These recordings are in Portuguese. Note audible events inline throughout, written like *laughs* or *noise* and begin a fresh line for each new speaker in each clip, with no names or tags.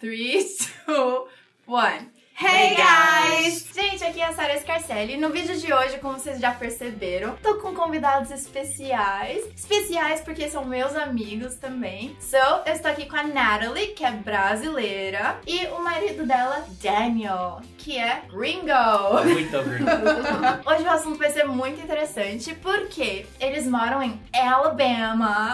Three, *laughs* two, one.
Hey guys! Gente, aqui é a Sara Scarcelli. No vídeo de hoje, como vocês já perceberam, tô com convidados especiais. Especiais porque são meus amigos também. So, eu estou aqui com a Natalie, que é brasileira, e o marido dela, Daniel, que é gringo. *laughs*
*laughs*
Muito obrigado.
Hoje o assunto vai ser muito interessante porque eles moram em Alabama.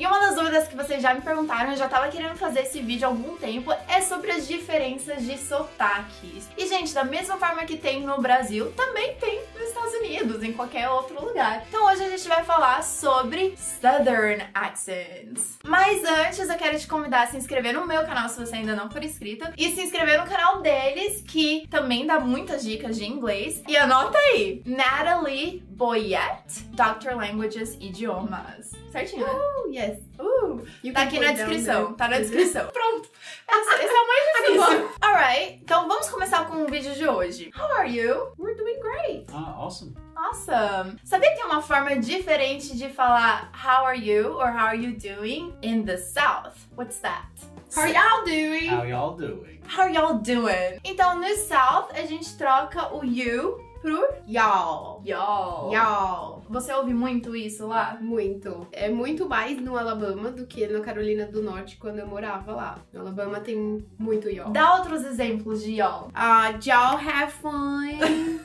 E uma das dúvidas que vocês já me perguntaram, eu já tava querendo fazer esse vídeo há algum tempo, é sobre as diferenças de sotaques. E, gente, da mesma forma que tem no Brasil, também tem nos Estados Unidos, em qualquer outro lugar. Então hoje a gente vai falar sobre Southern Accents. Mas antes, eu quero te convidar a se inscrever no meu canal se você ainda não for inscrito, e se inscrever no canal deles, que também dá muitas dicas de inglês. E anota aí! Natalie Boyette, Dr. Languages Idiomas. Certinho, né?
Yes.
Uh,
You
tá
can
aqui
put
na
it down
descrição,
there. Tá
tá na descrição.
*laughs*
Pronto. Essa, esse é o mais difícil. Alright, então vamos começar com o vídeo de hoje. How are you? We're doing great.
Ah, awesome.
Awesome. Sabia que tem uma forma diferente de falar how are you or how are you doing in the South? What's that?
How y'all doing?
How y'all doing?
How are y'all doing? Então no South a gente troca o you por y'all.
Y'all.
Y'all. Você ouve muito isso lá?
Muito. É muito mais no Alabama do que na Carolina do Norte quando eu morava lá. No Alabama tem muito y'all.
Dá outros exemplos de y'all.
Ah, y'all have
*laughs*
fun.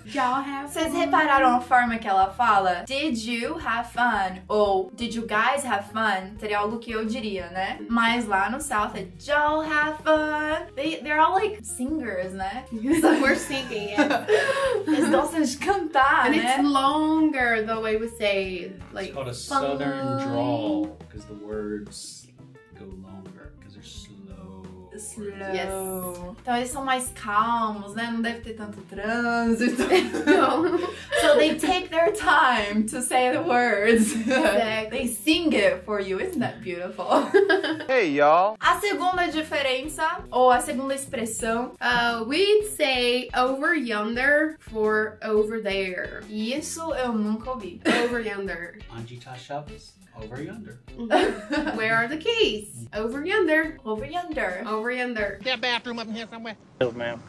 Y'all have
Vocês
fun.
repararam a forma que ela fala? Did you have fun? Ou Did you guys have fun? Seria algo que eu diria, né? Mas lá no South é Did y'all have fun? They, they're all like singers, né?
We're singing, yeah.
Eles gostam de cantar,
é? And it's
né?
longer the way we say,
It's
like, *laughs*
called a southern
fine.
drawl because the words go longer because they're slow.
Slow.
Yes.
Então eles são mais calmos, né? Não deve ter tanto
*laughs*
trânsito.
no.
so they take their time to say the words.
Exactly.
they sing it for you. Isn't that beautiful? *laughs*
Hey, y'all.
A segunda diferença, ou a segunda expressão,
Uh, we'd say over yonder for over there.
E Isso eu nunca ouvi.
Over yonder.
Anjita Shabbos, over yonder.
Where are the keys? Over yonder.
*laughs* Over yonder.
Over yonder.
that bathroom up in here somewhere?
Yes, ma'am.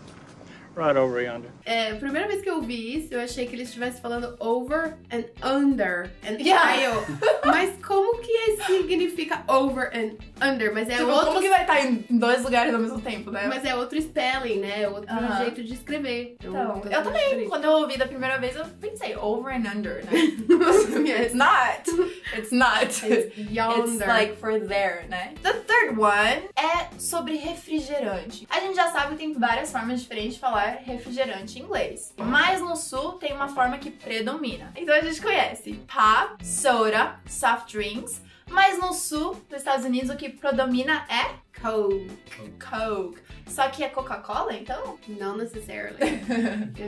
Right over yonder.
É, a Eh, primeira vez que eu vi isso, eu achei que ele estivesse falando over and under and
Yeah.
aisle. Mas como que é- significa over and under? Mas
*laughs*
é
tipo,
outro.
como que vai estar em dois lugares ao mesmo tempo, né?
Mas é outro spelling, né? É Outro
Aham.
jeito de escrever.
então,
totalmente
eu também,
diferente. *laughs*
quando eu ouvi da primeira vez, eu pensei over and under, né? *laughs* it's
Yes.
not. It's not. It's,
It's yonder.
like for there, né? The third one é sobre refrigerante. A gente já sabe que tem várias formas diferentes de falar refrigerante em inglês. Mas no sul tem uma forma que predomina. Então a gente conhece pop, soda, soft drinks. Mas no sul dos Estados Unidos o que predomina é
Cold.
Coke. Só que é Coca-Cola, *laughs* então?
Not necessarily.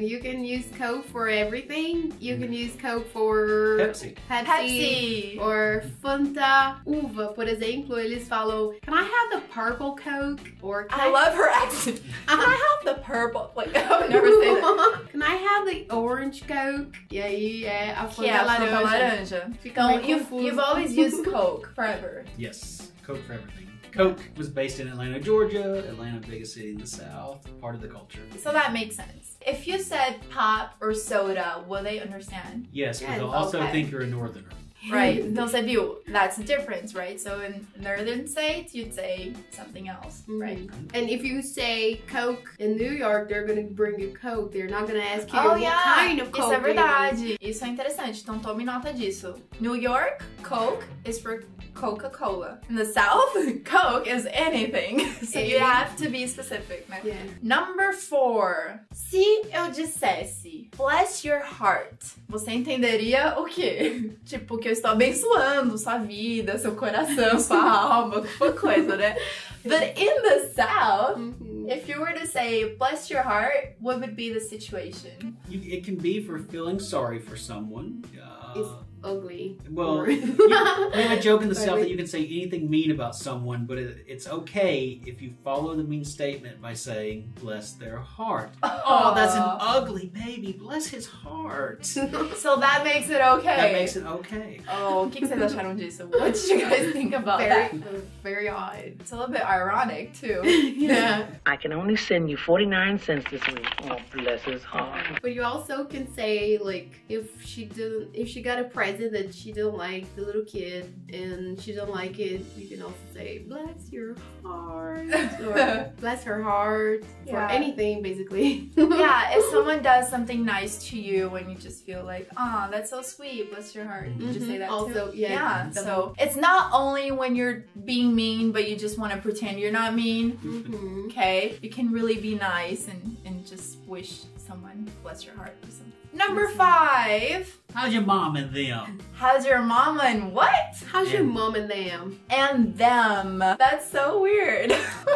you can use Coke for everything. You can use Coke for
Pepsi.
Pepsi.
Pepsi.
Or Fanta uva, por exemplo, eles falam Can I have the purple Coke? Or Can
I love her accent. Can
*laughs*
I have the purple? Like, *laughs* I would never say that.
Can I have the orange coke? E aí é a
Que
Fanta
é a
laranja.
laranja. laranja.
Fica
Então,
meio
you've,
confuso.
you've always *laughs* used Coke forever.
Yes, Coke for everything. Coke was based in Atlanta, Georgia. Atlanta, biggest city in the South, part of the culture.
So that makes sense. If you said pop or soda, will they understand?
Yes, but
Yes,
they'll also
okay.
think you're a northerner.
*laughs* Right. Então você viu, that's the difference, right? So in northern states, you'd say something else, right?
And if you say Coke in New York, they're gonna bring you Coke. They're not gonna ask you
Oh,
what
yeah.
kind of Coke.
Isso é
do you want.
verdade. Isso é interessante. Então tome nota disso. New York, Coke is for Coca-Cola. In the South, *laughs* Coke is anything. *laughs* So you
Anything.
have to be specific, né?
Yeah.
Number four. Se eu dissesse bless your heart, você entenderia o quê? *laughs* Tipo, que eu estou abençoando sua vida, seu *laughs* coração, sua alma, qualquer coisa, né? But in the South,
Uhum.
if you were to say bless your heart, what would be the situation?
You, it can be for feeling sorry for someone. Uh,
It's- ugly.
Well,
*laughs* Or-
you, we have a joke in the
Sorry,
South that
wait.
you can say anything mean about someone, but it, it's okay if you follow the mean statement by saying, bless their heart. Oh, that's an ugly baby. Bless his heart.
So that makes it okay.
That makes it okay.
Oh, o que, que vocês acharam disso? What did you guys think about that?
very, very odd.
It's a little bit ironic too.
*laughs* yeah.
I can only send you 49 cents this week. Oh, bless his heart.
But you also can say like if she didn't if she got a present that she didn't like the little kid and she didn't like it, you can also say bless your heart or bless her heart
Yeah.
or anything basically. *laughs*
*laughs* yeah, if someone does something nice to you and you just feel like, ah, that's so sweet, bless your heart. You just say
Mhm.
that too.
also, yeah.
Mm-hmm. Yeah,
the
so it's not only when you're being mean, but you just want to pretend you're not mean.
Mhm.
Okay, you can really be nice and, and just wish someone bless your heart or something. Number five,
How's your mom and them?
how's your mama and what?
How's your
And-
mom and them?
And them. That's so weird. *laughs*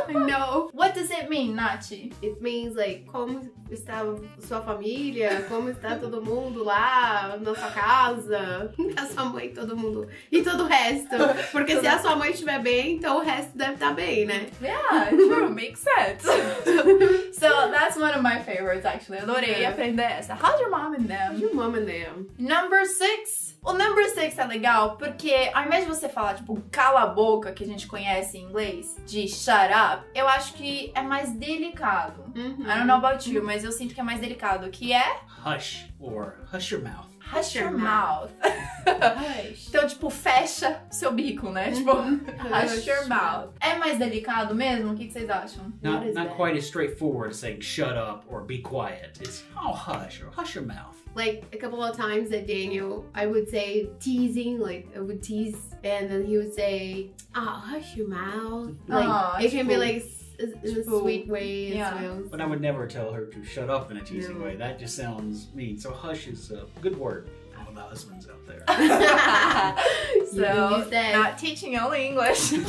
I know.
what does it mean, Nachi?
It means like como está sua família, como está todo mundo lá na sua casa, *laughs* a sua mãe, todo mundo e todo o resto. Porque se a sua mãe estiver bem, então o resto deve estar bem, né?
*laughs* Yeah, true, makes sense. *laughs* so that's one of my favorites actually. Adorei
Yeah.
aprender essa. How's your mom and them?
Your mom and them.
Number six. O number six é legal porque ao invés de você falar, tipo, cala a boca, que a gente conhece em inglês, de shut up, eu acho que é mais delicado.
Uhum.
I don't know about you, mas eu sinto que é mais delicado, que é
Hush or hush your mouth.
hush your
your
mouth. *laughs* então, tipo, fecha seu bico, né?
Mm-hmm.
Tipo,
*laughs*
*laughs* hush your mouth. É mais delicado mesmo? O que que vocês *laughs* acham?
What
Not
is
not
that?
quite as straightforward as saying shut up or be quiet. It's oh hush or hush your mouth.
Like a couple of times that Daniel, I would say teasing, like I would tease, and then he would say, "Ah, hush your mouth." Like
Ah,
it can be
tipo-
like s- in a
tipo-
sweet way as
yeah.
well.
But I would never tell her to shut up in a teasing
No.
way. That just sounds mean. So hush is a good word. All the husbands out there.
so,
use that.
not teaching only English. *laughs*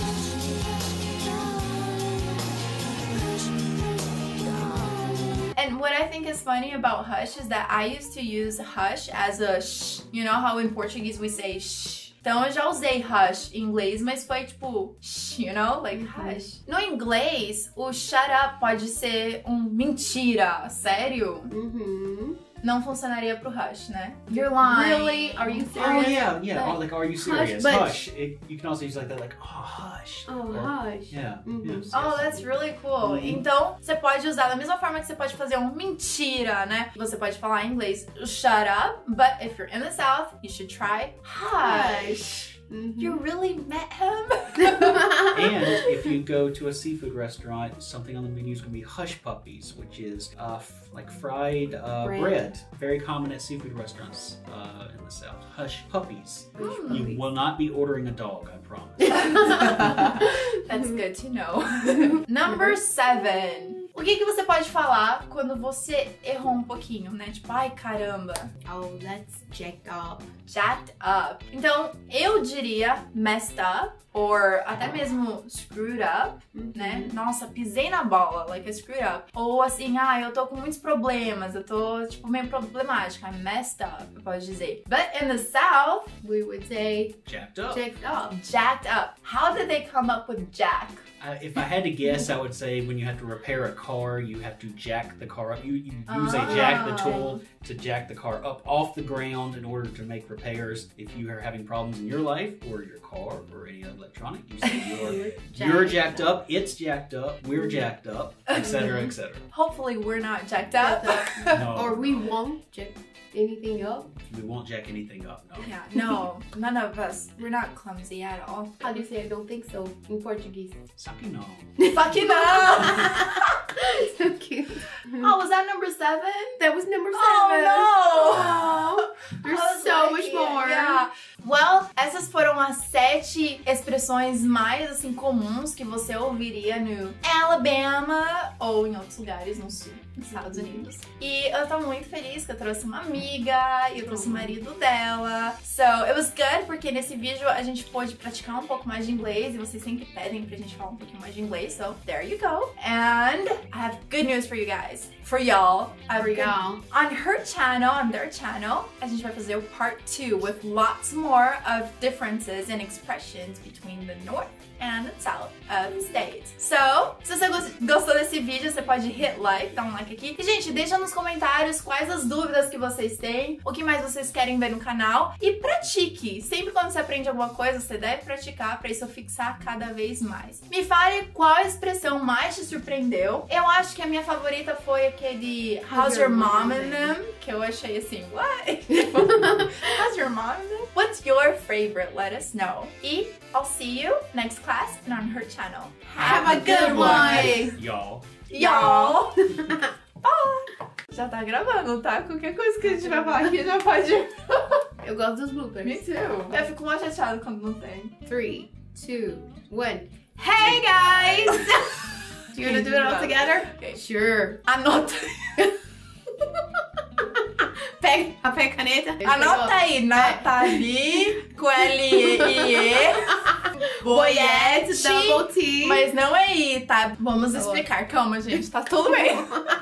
And what I think is funny about hush is that I used to use hush as a shh. You know how in Portuguese we say shh. Então eu já usei hush em inglês, mas foi tipo shh, you know? Like hush. No inglês, o shut up pode ser um mentira, sério?
Uhum.
Não funcionaria pro hush, né? You're lying.
Really? Are you
Oh
serious?
yeah, yeah. Or like, are you serious?
but-
Hush. It, you can also use like that, like oh hush.
Oh,
Or-
hush.
Yeah.
Mhm.
yes,
Oh,
yes.
that's really cool. Então, você pode usar da mesma forma que você pode fazer um mentira, né? Você pode falar em inglês shut up, but if you're in the South, you should try hush.
Mhm. *laughs*
You really met him?
And if you go to a seafood restaurant, something on the menu is going to be hush puppies, which is uh, f- like fried uh, bread.
Bread.
Very common at seafood restaurants uh, in the South. Hush puppies.
Hush
You
puppies.
will not be ordering a dog, I promise.
That's good to know. Number seven. O que, que você pode falar quando você errou um pouquinho, né? Tipo, ai caramba,
Oh, let's check up.
jacked up. Então, eu diria messed up, or até mesmo screwed up. né? Nossa, pisei na bola, like I screwed up. Ou assim, ah, eu tô com muitos problemas, eu tô, tipo, meio problemática. I messed up, eu posso dizer. But in the South,
Mm-hmm. We would say
Jacked
Oh.
up.
check up.
jacked up. How did they come up with jack?
I, if I had to guess, I would say when you have to repair a car, you have to jack the car up. You, you use a jack, the
Oh.
Ah.
tool to jack the car up off the ground in order to make repairs. If you are having problems in your life or your car or any other electronic, you say
*laughs*
you're, you're jacked up, it's jacked up, we're jacked up, etc., etc.
Hopefully, we're not jacked up.
Jacked
No,
*laughs* Or we won't check anything up.
we won't jack anything up. No.
*laughs* yeah, no, none of us. We're not clumsy at all.
How do you say I don't think so in Portuguese?
Sucky no.
Fucking *laughs* up!
*laughs* so cute.
Oh, was that number seven?
That was number seven.
Oh no!
There's
I was
so
like,
much more.
Yeah. Well, essas foram as sete expressões mais assim comuns que você ouviria no Alabama ou em outros lugares no sul dos
Uhum.
Estados Unidos. E eu tô muito feliz que eu trouxe uma amiga e eu
Uhum.
trouxe o marido dela. So, it was good porque nesse vídeo a gente pôde praticar um pouco mais de inglês e vocês sempre pedem pra gente falar um pouquinho mais de inglês. So, there you go. And I have good news for you guys. For y'all. I have good
Legal.
on her channel, on their channel, a gente vai fazer o part 2 with lots more of differences and expressions between the north and the south of the states. So, se você gos- gostou desse vídeo, você pode hit like, dar um like aqui. E, gente, deixa nos comentários quais as dúvidas que vocês têm, o que mais vocês querem ver no canal e pratique. Sempre quando você aprende alguma coisa, você deve praticar para isso fixar cada vez mais. Me fale qual expressão mais te surpreendeu. Eu acho que a minha favorita foi aquele How's your mom and them? Que eu achei assim, what? How's your mom and them? What's your favorite? Let us know. E I'll see you next class and on her channel.
Have a good one.
Y'all.
Y'all! Bye! Já tá gravando, tá? Qualquer coisa que a gente vai falar aqui já pode.
*laughs* *laughs* Eu gosto dos bloopers.
Me too. Eu fico mó chateada quando não tem.
Three, two, one. Hey guys!
*laughs*
do you wanna do it
Então,
all together?
Okay.
Sure.
Anota,
Pega papel e caneta.
anota aí, Nathalie, *laughs* com
*laughs*
L-E-I-E,
Boyette,
Boiete,
double T.
Mas não é I, tá? Vamos
Tá bom. *laughs*
explicar. Calma, gente, tá tudo bem.